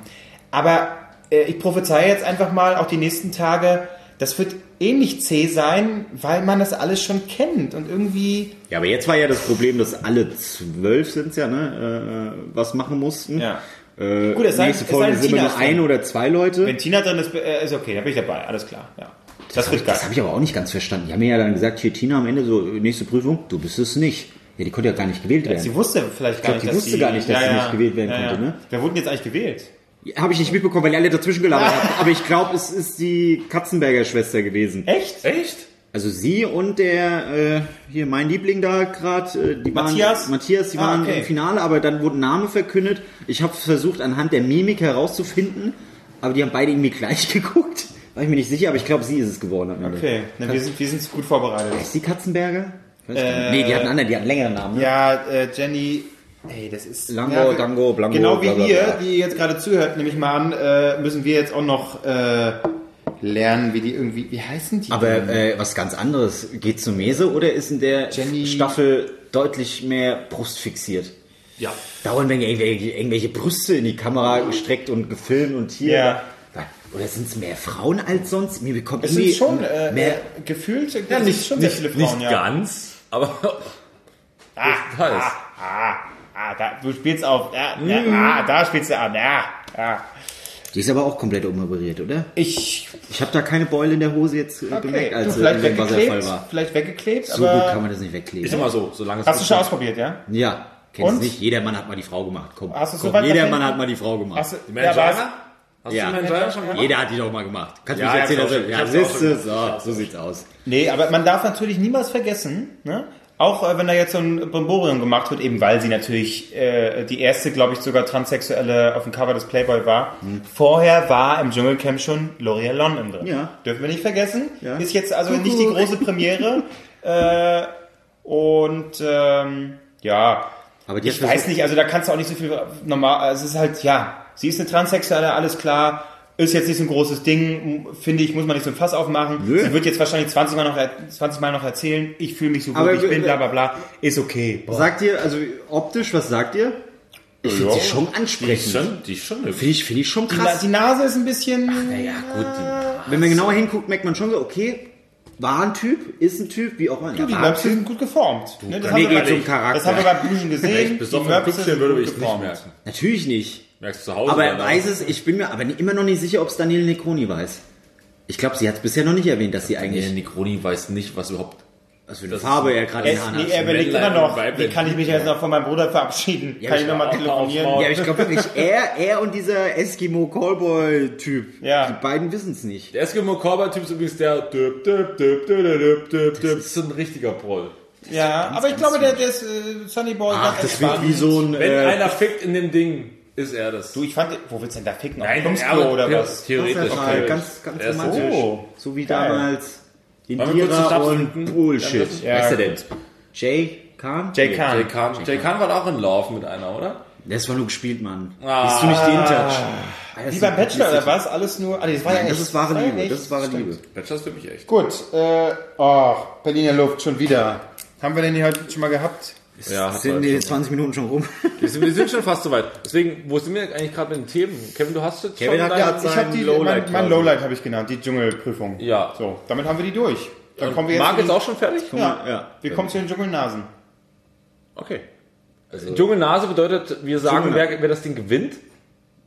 Speaker 2: Aber äh, ich prophezeie jetzt einfach mal auch die nächsten Tage, das wird ähnlich zäh sein, weil man das alles schon kennt und irgendwie
Speaker 4: Ja, aber jetzt war ja das Problem, dass alle zwölf sind's ja, ne, äh, was machen mussten.
Speaker 2: Ja.
Speaker 4: Äh,
Speaker 2: Gut,
Speaker 4: Gut,
Speaker 2: es
Speaker 4: das
Speaker 2: sei-
Speaker 4: nächste
Speaker 2: es sei
Speaker 4: Folge
Speaker 2: denn,
Speaker 4: sind wir
Speaker 2: Tina
Speaker 4: nur
Speaker 2: ist
Speaker 4: ein
Speaker 2: drin.
Speaker 4: oder zwei Leute.
Speaker 2: Wenn Tina drin ist, äh, ist okay, da bin ich dabei, alles klar. Ja. Das, wird geil.
Speaker 4: das habe ich aber auch nicht ganz verstanden. Die haben mir ja dann gesagt, hier Tina am Ende so, nächste Prüfung, du bist es nicht. Ja, die konnte ja gar nicht gewählt werden.
Speaker 2: Sie wusste vielleicht gar
Speaker 4: glaub,
Speaker 2: nicht,
Speaker 4: die wusste gar nicht, dass sie nicht gewählt werden konnte, ne?
Speaker 2: Wer wurden jetzt eigentlich gewählt?
Speaker 4: Habe ich nicht mitbekommen, weil ihr alle dazwischen gelabert habt. Aber ich glaube, es ist die Katzenberger Schwester gewesen.
Speaker 2: Echt?
Speaker 3: Echt?
Speaker 4: Also sie und der, äh, hier mein Liebling da gerade, äh, die
Speaker 2: Matthias?
Speaker 4: waren, Matthias, die
Speaker 2: Ah,
Speaker 4: waren
Speaker 2: okay.
Speaker 4: im Finale, aber dann wurden Namen verkündet. Ich habe versucht, anhand der Mimik herauszufinden, aber die haben beide irgendwie gleich geguckt. War ich mir nicht sicher, aber ich glaube, sie ist es geworden. am Ende.
Speaker 2: Okay, na, wir, sind, wir sind gut vorbereitet.
Speaker 4: Ist die Katzenberger? Ich weiß gar nicht. nee, die hatten anderen, die hatten längeren Namen. Ne?
Speaker 2: Ja, äh, Jenny, ey, das ist...
Speaker 4: Lango,
Speaker 2: ja, wir-
Speaker 4: Dango, Blango,
Speaker 2: Genau wie
Speaker 4: bla, bla,
Speaker 2: ihr,
Speaker 4: bla.
Speaker 2: die jetzt gerade zuhört, nehme ich mal an, äh, müssen wir jetzt auch noch äh, lernen, wie die irgendwie... Wie heißen die?
Speaker 4: Aber
Speaker 2: denn?
Speaker 4: äh, was ganz anderes, geht zu Mese oder ist in der
Speaker 2: Jenny-
Speaker 4: Staffel deutlich mehr Brust fixiert?
Speaker 3: Ja.
Speaker 4: Dauernd werden irgendwelche, irgendwelche Brüste in die Kamera gestreckt und gefilmt und hier.
Speaker 2: Ah. Ja.
Speaker 4: Oder sind es mehr Frauen als sonst? Mir bekommt
Speaker 2: es sind schon äh,
Speaker 4: mehr.
Speaker 2: äh, gefühlt...
Speaker 3: Ja,
Speaker 2: es sind
Speaker 3: nicht,
Speaker 2: schon sehr
Speaker 3: nicht,
Speaker 2: viele Frauen,
Speaker 3: nicht
Speaker 2: ja.
Speaker 3: ganz, aber das heißt.
Speaker 2: Ah, da, du spielst auf. Ja, ja, ah, da spielst du an. Ja, ja.
Speaker 4: Die ist aber auch komplett umoperiert, oder?
Speaker 2: Ich
Speaker 4: Ich habe da keine Beule in der Hose jetzt äh, bemerkt, als
Speaker 2: du,
Speaker 4: sie in
Speaker 2: vielleicht
Speaker 4: dem Wasserfall
Speaker 2: weggeklebt,
Speaker 4: war.
Speaker 2: vielleicht weggeklebt,
Speaker 4: So
Speaker 2: aber
Speaker 4: gut kann man das nicht wegkleben.
Speaker 3: Ich sag mal so, solange es
Speaker 2: hast du schon ausprobiert, ja?
Speaker 4: ja, kennst
Speaker 2: Und?
Speaker 4: du nicht? Jedermann hat mal die Frau gemacht. Komm,
Speaker 2: Hast du's
Speaker 4: komm
Speaker 2: soweit
Speaker 4: jedermann
Speaker 2: nach
Speaker 4: hat mal die Frau gemacht.
Speaker 2: Hast du,
Speaker 3: Die
Speaker 2: ja,
Speaker 3: Mangina?
Speaker 2: was?
Speaker 3: Hast
Speaker 4: Ja.
Speaker 3: du die Mangina schon gemacht?
Speaker 4: Jeder hat die doch mal gemacht. Kannst du
Speaker 3: Ja,
Speaker 4: mich
Speaker 3: ich hab's auch
Speaker 4: erzählen?
Speaker 3: schon-
Speaker 4: Ja,
Speaker 3: ich hab's auch
Speaker 4: siehst du,
Speaker 3: schon
Speaker 4: so, so sieht's aus.
Speaker 2: nee, aber man darf natürlich niemals vergessen, ne? auch äh, wenn da jetzt so ein Brimborium gemacht wird, eben weil sie natürlich äh, die erste, glaube ich, sogar Transsexuelle auf dem Cover des Playboy war.
Speaker 4: Hm.
Speaker 2: Vorher war im Dschungelcamp schon L'Oreal London drin.
Speaker 4: Ja.
Speaker 2: Dürfen wir nicht vergessen.
Speaker 4: Ja.
Speaker 2: Ist jetzt also nicht die große Premiere. äh, und ähm, ja,
Speaker 4: Aber die
Speaker 2: Ich
Speaker 4: hat versucht-
Speaker 2: weiß nicht, also da kannst du auch nicht so viel normal. also Es ist halt, ja, sie ist eine Transsexuelle, alles klar. Ist jetzt nicht so ein großes Ding, m- finde ich, muss man nicht so ein Fass aufmachen.
Speaker 4: Nö.
Speaker 2: Sie wird jetzt wahrscheinlich 20 Mal noch, er- 20 Mal noch erzählen, ich fühle mich so gut,
Speaker 4: Aber
Speaker 2: ich
Speaker 4: wir-
Speaker 2: bin bla bla bla. Ist okay. Boah.
Speaker 4: Sagt ihr, also optisch, was sagt ihr? Ich finde sie schon
Speaker 3: Die ist
Speaker 4: ansprechend.
Speaker 3: schon, die ist schon hübsch.
Speaker 4: Finde ich, finde ich schon
Speaker 2: Die Na-
Speaker 4: krass.
Speaker 2: Die Nase ist ein bisschen.
Speaker 4: Naja, gut. Die, wenn man genauer hinguckt, merkt man schon so, okay, war ein Typ, ist ein Typ, wie auch immer. Ja,
Speaker 2: die
Speaker 4: war ein
Speaker 2: Möpse
Speaker 4: Typ.
Speaker 2: sind gut geformt. Ne, das,
Speaker 4: mir
Speaker 2: haben wir
Speaker 4: geht's
Speaker 2: bei,
Speaker 4: um Charakter.
Speaker 2: das haben wir bei Blümchen gesehen.
Speaker 3: Echt,
Speaker 2: Die
Speaker 3: besoffen
Speaker 2: Möpse
Speaker 3: Püppchen
Speaker 2: sind
Speaker 3: würde
Speaker 2: gut
Speaker 3: ich nicht
Speaker 2: geformt.
Speaker 3: merken.
Speaker 4: Natürlich nicht.
Speaker 3: Merkst du zu Hause?
Speaker 4: Aber er
Speaker 3: oder?
Speaker 4: weiß es, ich bin mir aber immer noch nicht sicher, ob es Daniele Necroni weiß. Ich glaube, sie hat es bisher noch nicht erwähnt, dass sie
Speaker 3: Nee,
Speaker 4: eigentlich,
Speaker 3: Negroni weiß nicht, was überhaupt.
Speaker 4: was für eine Farbe er gerade in den
Speaker 2: Er,
Speaker 4: Haaren
Speaker 2: nee,
Speaker 4: hat.
Speaker 2: er überlegt immer
Speaker 3: Männlein und
Speaker 2: noch, wie
Speaker 3: Weiblein.
Speaker 2: kann ich mich jetzt noch von meinem Bruder verabschieden?
Speaker 4: Ja,
Speaker 2: kann ich
Speaker 4: ich-
Speaker 2: nochmal
Speaker 3: auf- auf-
Speaker 2: telefonieren?
Speaker 3: auf-
Speaker 4: Ja, ich glaube wirklich, er, er und dieser Eskimo-Callboy-Typ,
Speaker 2: Ja.
Speaker 4: die beiden wissen es nicht.
Speaker 3: Der Eskimo Cowboy-Typ ist übrigens der. Düb, düb, düb, düb, düb, düb, düb. Das ist so ein richtiger Proll.
Speaker 2: Ja, aber ich glaube, der, der ist äh, Sunny Boy.
Speaker 4: Ach,
Speaker 2: ganz
Speaker 4: das wird
Speaker 2: entspannt.
Speaker 4: wie so ein...
Speaker 3: Wenn
Speaker 4: äh,
Speaker 3: einer fickt in dem Ding, ist er das.
Speaker 2: Du, ich fand, wo willst du denn da ficken?
Speaker 3: Nein,
Speaker 2: Auf dem
Speaker 3: ja,
Speaker 2: Klo
Speaker 3: aber-
Speaker 2: oder
Speaker 3: ja,
Speaker 2: was?
Speaker 3: Theoretisch.
Speaker 4: Hochzeitssaal, ganz, ganz
Speaker 3: Er ist
Speaker 4: romantisch.
Speaker 2: so.
Speaker 4: So wie
Speaker 2: Geil.
Speaker 4: damals
Speaker 3: Wollen wir kurz den
Speaker 4: Indira
Speaker 3: Stab
Speaker 4: und
Speaker 3: finden?
Speaker 4: Bullshit.
Speaker 2: Ja.
Speaker 4: Wer ist der denn? Jay Khan?
Speaker 2: Jay
Speaker 4: Nee.
Speaker 2: Khan.
Speaker 3: Jay Khan, Jay Khan war auch in Love mit einer, oder?
Speaker 4: Das war nur gespielt, Mann.
Speaker 3: Ah.
Speaker 4: Bist du nicht die Intouch?
Speaker 2: Wie beim Bachelor oder was? Alles nur. Ah, nee, das war ja
Speaker 4: Das
Speaker 2: echt.
Speaker 4: ist wahre
Speaker 2: war ja
Speaker 4: Liebe.
Speaker 2: echt.
Speaker 4: Das ist wahre
Speaker 2: Stimmt.
Speaker 4: Liebe.
Speaker 3: Bachelor ist für mich echt.
Speaker 2: Gut, äh, oh, Berliner Luft schon wieder. Haben wir den hier heute schon mal gehabt?
Speaker 3: Ja, hat
Speaker 4: Sind die 20 Minuten schon rum?
Speaker 3: Wir sind, wir sind schon fast soweit. Deswegen, wo sind wir eigentlich gerade mit den Themen? Kevin, du hast jetzt
Speaker 4: Kevin
Speaker 3: schon
Speaker 4: hat
Speaker 3: deine-
Speaker 4: ja-
Speaker 2: ich
Speaker 4: sein
Speaker 2: habe die
Speaker 4: Lowlight
Speaker 2: mein, mein
Speaker 4: quasi.
Speaker 2: Lowlight habe ich genannt, die Dschungelprüfung.
Speaker 3: Ja.
Speaker 2: So, damit haben wir die durch. Dann kommen wir jetzt.
Speaker 3: Marc
Speaker 2: zu den-
Speaker 3: ist auch schon fertig?
Speaker 2: Ja.
Speaker 4: Ja.
Speaker 2: Wir kommen zu den Dschungelnasen.
Speaker 3: Okay. Also- Dschungelnase bedeutet, wir sagen,
Speaker 4: Dschungel-
Speaker 3: wer, wer das Ding gewinnt.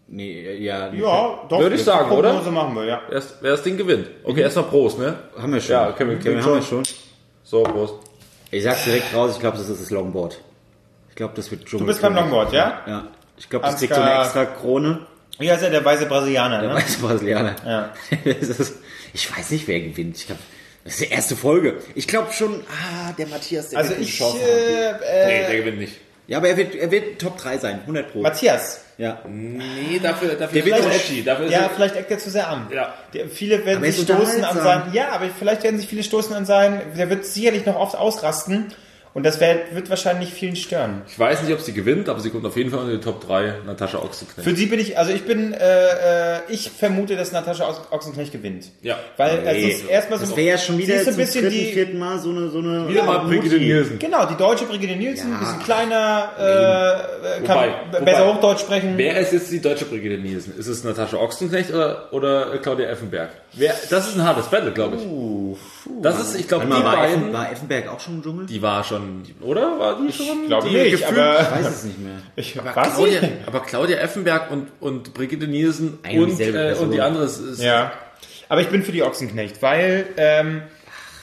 Speaker 4: Nee,
Speaker 3: äh,
Speaker 4: ja,
Speaker 2: Ja, doch.
Speaker 3: Würde ich
Speaker 2: das-
Speaker 3: sagen,
Speaker 2: die Prognose
Speaker 3: oder?
Speaker 2: machen wir, ja.
Speaker 3: Wer, ist, wer das Ding gewinnt. Okay, erstmal Prost, ne?
Speaker 4: Haben wir schon.
Speaker 3: Ja, können wir- können wir
Speaker 4: haben wir schon.
Speaker 3: So, Prost.
Speaker 4: Ich sag's direkt raus, ich glaube, das ist das Longboard. Ich glaube, das wird
Speaker 2: Du
Speaker 4: Dschungel.
Speaker 2: bist beim Longboard, ja?
Speaker 4: Ja. Ich glaube, das
Speaker 2: Ansgar-
Speaker 4: kriegt so eine extra Krone.
Speaker 2: Ja, ist ja der weiße Brasilianer, ne?
Speaker 4: Weißt du, Brasilianer?
Speaker 2: Ja.
Speaker 4: Das ist, ich weiß nicht, wer gewinnt. Ich glaub, das ist die erste Folge. Ich glaube schon, ah, der Matthias, der
Speaker 2: Also
Speaker 4: wird eine
Speaker 2: ich,
Speaker 4: Chance haben.
Speaker 2: äh, äh,
Speaker 3: nee, der gewinnt nicht.
Speaker 4: Ja, aber er wird, er wird Top 3 sein, 100 Pro.
Speaker 2: Matthias.
Speaker 4: Ja.
Speaker 3: Nee, dafür, dafür
Speaker 2: Der
Speaker 3: ist
Speaker 2: wird
Speaker 3: er
Speaker 2: edgy.
Speaker 3: edgy. Dafür ist
Speaker 2: ja,
Speaker 3: er-
Speaker 2: vielleicht eckt er zu sehr an.
Speaker 3: Ja.
Speaker 2: Der, viele werden
Speaker 4: Aber er
Speaker 2: sich
Speaker 4: ist
Speaker 2: stoßen an
Speaker 4: unterhaltsam.
Speaker 2: seinen. Ja, aber vielleicht werden sich viele stoßen an seinen. Der wird sicherlich noch oft ausrasten. Und das wär, wird wahrscheinlich vielen stören.
Speaker 3: Ich weiß nicht, ob sie gewinnt, aber sie kommt auf jeden Fall in die Top 3. Natascha Ochsenknecht.
Speaker 2: Für sie bin ich, also ich bin, äh, äh, ich vermute, dass Natascha Ochs- Ochsenknecht gewinnt.
Speaker 3: Ja.
Speaker 2: Weil also
Speaker 4: Nee.
Speaker 2: es ist erstmal so.
Speaker 4: Das wäre ja schon
Speaker 2: sie
Speaker 4: wieder
Speaker 2: ist so
Speaker 4: zum
Speaker 2: ein bisschen
Speaker 4: dritten,
Speaker 2: die.
Speaker 4: vierten Mal so eine, so eine
Speaker 3: Wieder mal
Speaker 4: Mutti.
Speaker 3: Brigitte Nielsen.
Speaker 2: Genau, die deutsche Brigitte Nielsen,
Speaker 4: Ja.
Speaker 2: ein bisschen kleiner, äh, äh, kann
Speaker 3: Wobei,
Speaker 2: b- besser
Speaker 3: wobei.
Speaker 2: Hochdeutsch sprechen.
Speaker 3: Wer ist jetzt die deutsche Brigitte Nielsen? Ist es Natascha Ochsenknecht oder, oder Claudia Effenberg? Wer, das ist ein hartes Battle, glaube ich. Das ist, ich glaube,
Speaker 4: Warte
Speaker 3: die
Speaker 4: mal, war, Effen,
Speaker 3: beiden,
Speaker 4: war Effenberg auch schon im Dschungel?
Speaker 3: die war schon, die- oder? War die schon?
Speaker 2: glaube
Speaker 3: die
Speaker 2: nicht,
Speaker 3: gefühlt-
Speaker 2: aber-
Speaker 4: Ich weiß es nicht mehr.
Speaker 2: Ich
Speaker 3: Aber
Speaker 2: weiß
Speaker 3: Claudia,
Speaker 2: nicht.
Speaker 3: aber Claudia Effenberg und, und Brigitte Nielsen
Speaker 4: Eine und
Speaker 3: und,
Speaker 4: dieselbe
Speaker 3: äh,
Speaker 4: Person.
Speaker 3: und die andere ist, ist
Speaker 2: Ja. Aber ich bin für die Ochsenknecht, weil ähm,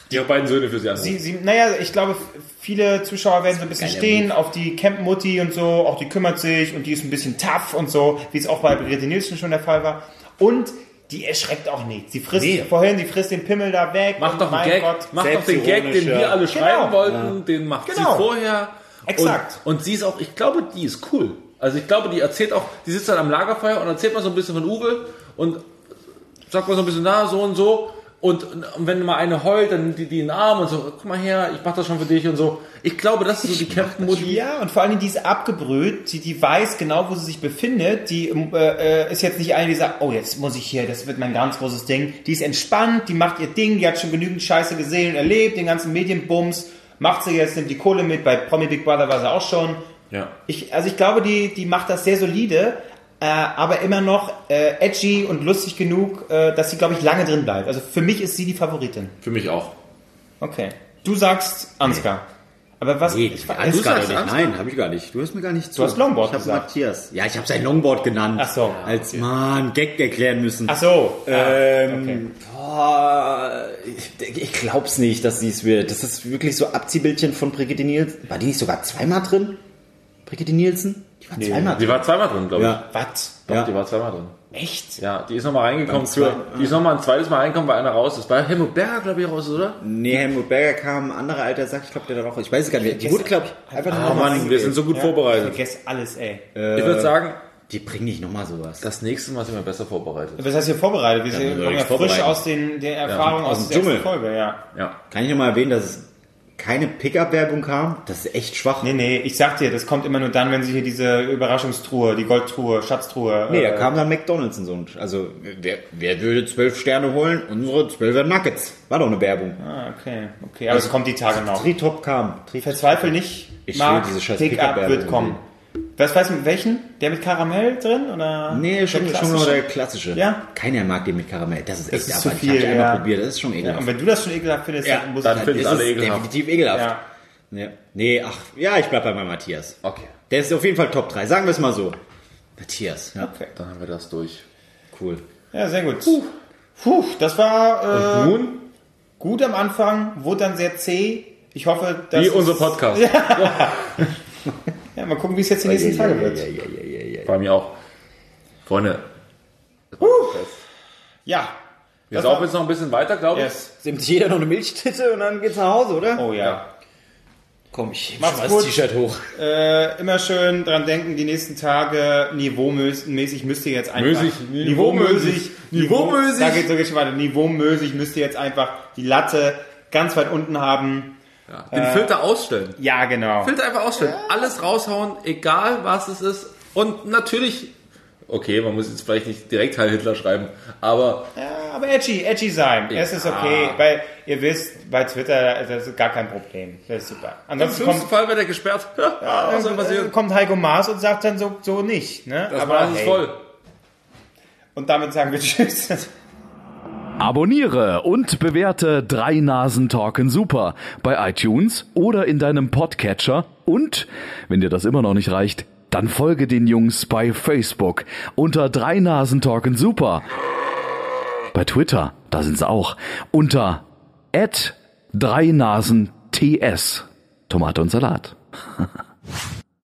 Speaker 3: ihre beiden Söhne für sie an.
Speaker 2: sie, sie, naja, ich glaube, f- viele Zuschauer werden so ein bisschen
Speaker 4: Geiler
Speaker 2: stehen auf die Camp-Mutti und so, auch die kümmert sich und die ist ein bisschen tough und so, wie es auch bei Brigitte Nielsen schon der Fall war. Und die erschreckt auch nicht. Sie frisst,
Speaker 3: Nee.
Speaker 2: vorhin, die frisst den Pimmel da weg.
Speaker 3: Mach
Speaker 2: und
Speaker 3: doch einen Gag, mach doch den Gag, den wir alle schreiben wollten, den macht
Speaker 2: Genau.
Speaker 3: sie vorher.
Speaker 2: Exakt.
Speaker 3: Und, und sie ist auch, ich glaube, die ist cool. Also ich glaube, die erzählt auch, die sitzt dann am Lagerfeuer und erzählt mal so ein bisschen von Uwe und sagt mal so ein bisschen, na, so und so. Und, und wenn mal eine heult, dann nimmt die, die in den Arm und so, guck mal her, ich mach das schon für dich und so. Ich glaube, das ist so die Kämpfmutti.
Speaker 2: Ja, und vor allen Dingen, die ist abgebrüht, die, die weiß genau, wo sie sich befindet, die äh, äh, ist jetzt nicht eine, die sagt, oh, jetzt muss ich hier, das wird mein ganz großes Ding. Die ist entspannt, die macht ihr Ding, die hat schon genügend Scheiße gesehen und erlebt, den ganzen Medienbums, macht sie jetzt, nimmt die Kohle mit, bei Promi Big Brother war sie auch schon.
Speaker 3: Ja.
Speaker 2: Ich, also ich glaube, die, die macht das sehr solide, äh, aber immer noch äh, edgy und lustig genug, äh, dass sie, glaube ich, lange drin bleibt. Also für mich ist sie die Favoritin.
Speaker 3: Für mich auch.
Speaker 2: Okay. Du sagst Ansgar. Aber was...
Speaker 4: Nee,
Speaker 2: ich-
Speaker 4: alles
Speaker 3: du
Speaker 4: gar
Speaker 3: sagst
Speaker 4: nicht.
Speaker 3: Ansgar?
Speaker 4: Nein, habe ich gar nicht. Du hast mir gar nicht zu.
Speaker 2: hast Longboard
Speaker 4: ich hab
Speaker 2: gesagt.
Speaker 4: Matthias. Ja, ich habe sein Longboard genannt.
Speaker 2: Ach so.
Speaker 4: Als Mann Gag erklären müssen.
Speaker 2: Ach so. ah,
Speaker 4: Ähm, boah, ich, ich glaub's nicht, dass sie es wird. Das ist wirklich so Abziehbildchen von Brigitte Nielsen. War die nicht sogar zweimal drin? Brigitte Nielsen? Die war zweimal
Speaker 3: Die
Speaker 4: drin.
Speaker 3: war zweimal drin, glaube ich.
Speaker 4: Ja,
Speaker 2: Was?
Speaker 3: Doch,
Speaker 4: Ja.
Speaker 3: Die war zweimal drin.
Speaker 2: Echt?
Speaker 3: Ja, die ist nochmal reingekommen.
Speaker 4: Beim zweiten-
Speaker 3: Für, die ist nochmal ein zweites Mal reingekommen, weil einer raus ist. Bei Helmut Berger, glaube ich, raus ist, oder?
Speaker 4: nee, Helmut Berger kam, ein anderer alter Sack, ich glaube, der da auch. Ich weiß es gar nicht. Die wurde, glaube ich,
Speaker 2: Ah,
Speaker 4: einfach
Speaker 3: Oh Mann, wir sind so gut
Speaker 2: Ich
Speaker 3: vorbereitet.
Speaker 2: vergesse alles, ey.
Speaker 4: Äh,
Speaker 3: Ich würde sagen,
Speaker 4: Die bringen nicht nochmal sowas.
Speaker 3: das nächste Mal sind wir besser vorbereitet.
Speaker 2: Was heißt hier vorbereitet? Wir sind
Speaker 4: wir
Speaker 2: kommen ja
Speaker 4: nichts
Speaker 2: frisch
Speaker 4: vorbereiten.
Speaker 2: aus den, den Erfahrungen
Speaker 4: aus
Speaker 2: aus,
Speaker 4: dem
Speaker 2: der ersten
Speaker 4: Dschungel.
Speaker 2: Folge, ja.
Speaker 3: Ja.
Speaker 4: Kann ich nochmal erwähnen, dass es keine Pickup-Werbung kam? Das ist echt schwach.
Speaker 2: Nee, nee, ich sag dir, das kommt immer nur dann, wenn sie hier diese Überraschungstruhe, die Goldtruhe, Schatztruhe.
Speaker 4: Nee,
Speaker 2: äh,
Speaker 4: da kam dann McDonalds und so. ein- Also, wer, wer würde zwölf Sterne holen? Unsere zwölfer Nuggets. War doch eine Werbung.
Speaker 2: Ah, okay, okay.
Speaker 4: Also,
Speaker 2: Aber es kommt die Tage noch.
Speaker 4: Tritop kam. Tritop.
Speaker 2: Verzweifel nicht,
Speaker 4: Ich
Speaker 2: Marc,
Speaker 4: will diese scheiß
Speaker 2: Pick-up
Speaker 4: Pickup-Werbung
Speaker 2: wird kommen. Was weiß mit welchen? Der mit Karamell drin? Oder
Speaker 4: Nee,
Speaker 2: der
Speaker 4: schon, schon
Speaker 2: klassische?
Speaker 4: nur der klassische.
Speaker 2: Ja.
Speaker 4: Keiner mag den mit Karamell. Das ist echt
Speaker 2: ist zu
Speaker 4: aber
Speaker 2: viel,
Speaker 4: Ich habe einmal
Speaker 2: ja.
Speaker 4: probiert. Das ist schon
Speaker 2: Und
Speaker 4: ekelhaft.
Speaker 2: wenn du das schon ekelhaft findest, dann muss
Speaker 3: dann
Speaker 2: ich... halt-
Speaker 3: finden
Speaker 4: ist
Speaker 3: alle
Speaker 4: es
Speaker 3: ekelhaft.
Speaker 4: definitiv ekelhaft.
Speaker 2: Ja.
Speaker 4: Ja. Nee, ach, ja, ich bleib bei meinem Matthias.
Speaker 3: Okay.
Speaker 4: Der ist auf jeden Fall Top 3. Sagen wir es mal so. Matthias. Ja,
Speaker 2: Okay.
Speaker 3: Dann haben wir das durch.
Speaker 4: cool.
Speaker 2: Ja, sehr gut. Puh, Puh das war... Äh,
Speaker 3: Nun,
Speaker 2: gut am Anfang, wurde dann sehr zäh. Ich hoffe, dass.
Speaker 3: wie
Speaker 2: es-
Speaker 3: unser Podcast.
Speaker 2: Ja, mal gucken, wie es jetzt die nächsten Tage wird.
Speaker 4: Ja, ja, ja, ja, ja.
Speaker 3: Bei mir auch. Freunde,
Speaker 2: Ja.
Speaker 3: wir
Speaker 2: Das
Speaker 3: saufen
Speaker 2: war-
Speaker 3: jetzt noch ein bisschen weiter, glaube ich.
Speaker 2: Yes.
Speaker 3: Oh,
Speaker 4: Nimmt jeder noch eine Milchtitte und dann geht's nach Hause, oder?
Speaker 2: Oh ja.
Speaker 5: Oh, Komm, ich
Speaker 2: Mach's
Speaker 5: schmeiß
Speaker 2: gut.
Speaker 5: das T-Shirt hoch.
Speaker 2: Äh, immer schön dran denken, die nächsten Tage niveaumäßig müsst ihr jetzt einfach.
Speaker 3: Mösig,
Speaker 2: niveaumäßig.
Speaker 3: niveaumäßig.
Speaker 2: Da geht's so geht's schon weiter. Niveaumäßig müsst ihr jetzt einfach die Latte ganz weit unten haben.
Speaker 3: Den
Speaker 4: Äh.
Speaker 3: Filter ausstellen.
Speaker 2: Ja, genau.
Speaker 3: Filter einfach ausstellen. Alles raushauen, egal was es ist. Und natürlich, okay, man muss jetzt vielleicht nicht direkt Heil Hitler schreiben, aber
Speaker 2: Ja, aber edgy, edgy sein. Es ist okay, weil ihr wisst, bei Twitter das ist gar kein Problem. Das ist super.
Speaker 3: im
Speaker 2: Ansonsten kommt,
Speaker 3: schlimmsten Fall wird er gesperrt. was soll
Speaker 2: äh,
Speaker 3: passieren?
Speaker 2: kommt Heiko Maas und sagt dann so, so nicht. Ne?
Speaker 3: Das Maß ist
Speaker 2: hey.
Speaker 3: voll.
Speaker 2: Und damit sagen wir Tschüss.
Speaker 6: Abonniere und bewerte Drei Nasen Talken Super bei iTunes oder in deinem Podcatcher und, wenn dir das immer noch nicht reicht, dann folge den Jungs bei Facebook unter Drei Nasen Talken Super. Bei Twitter, da sind sie auch, unter @dreinasen_ts Tomate und Salat.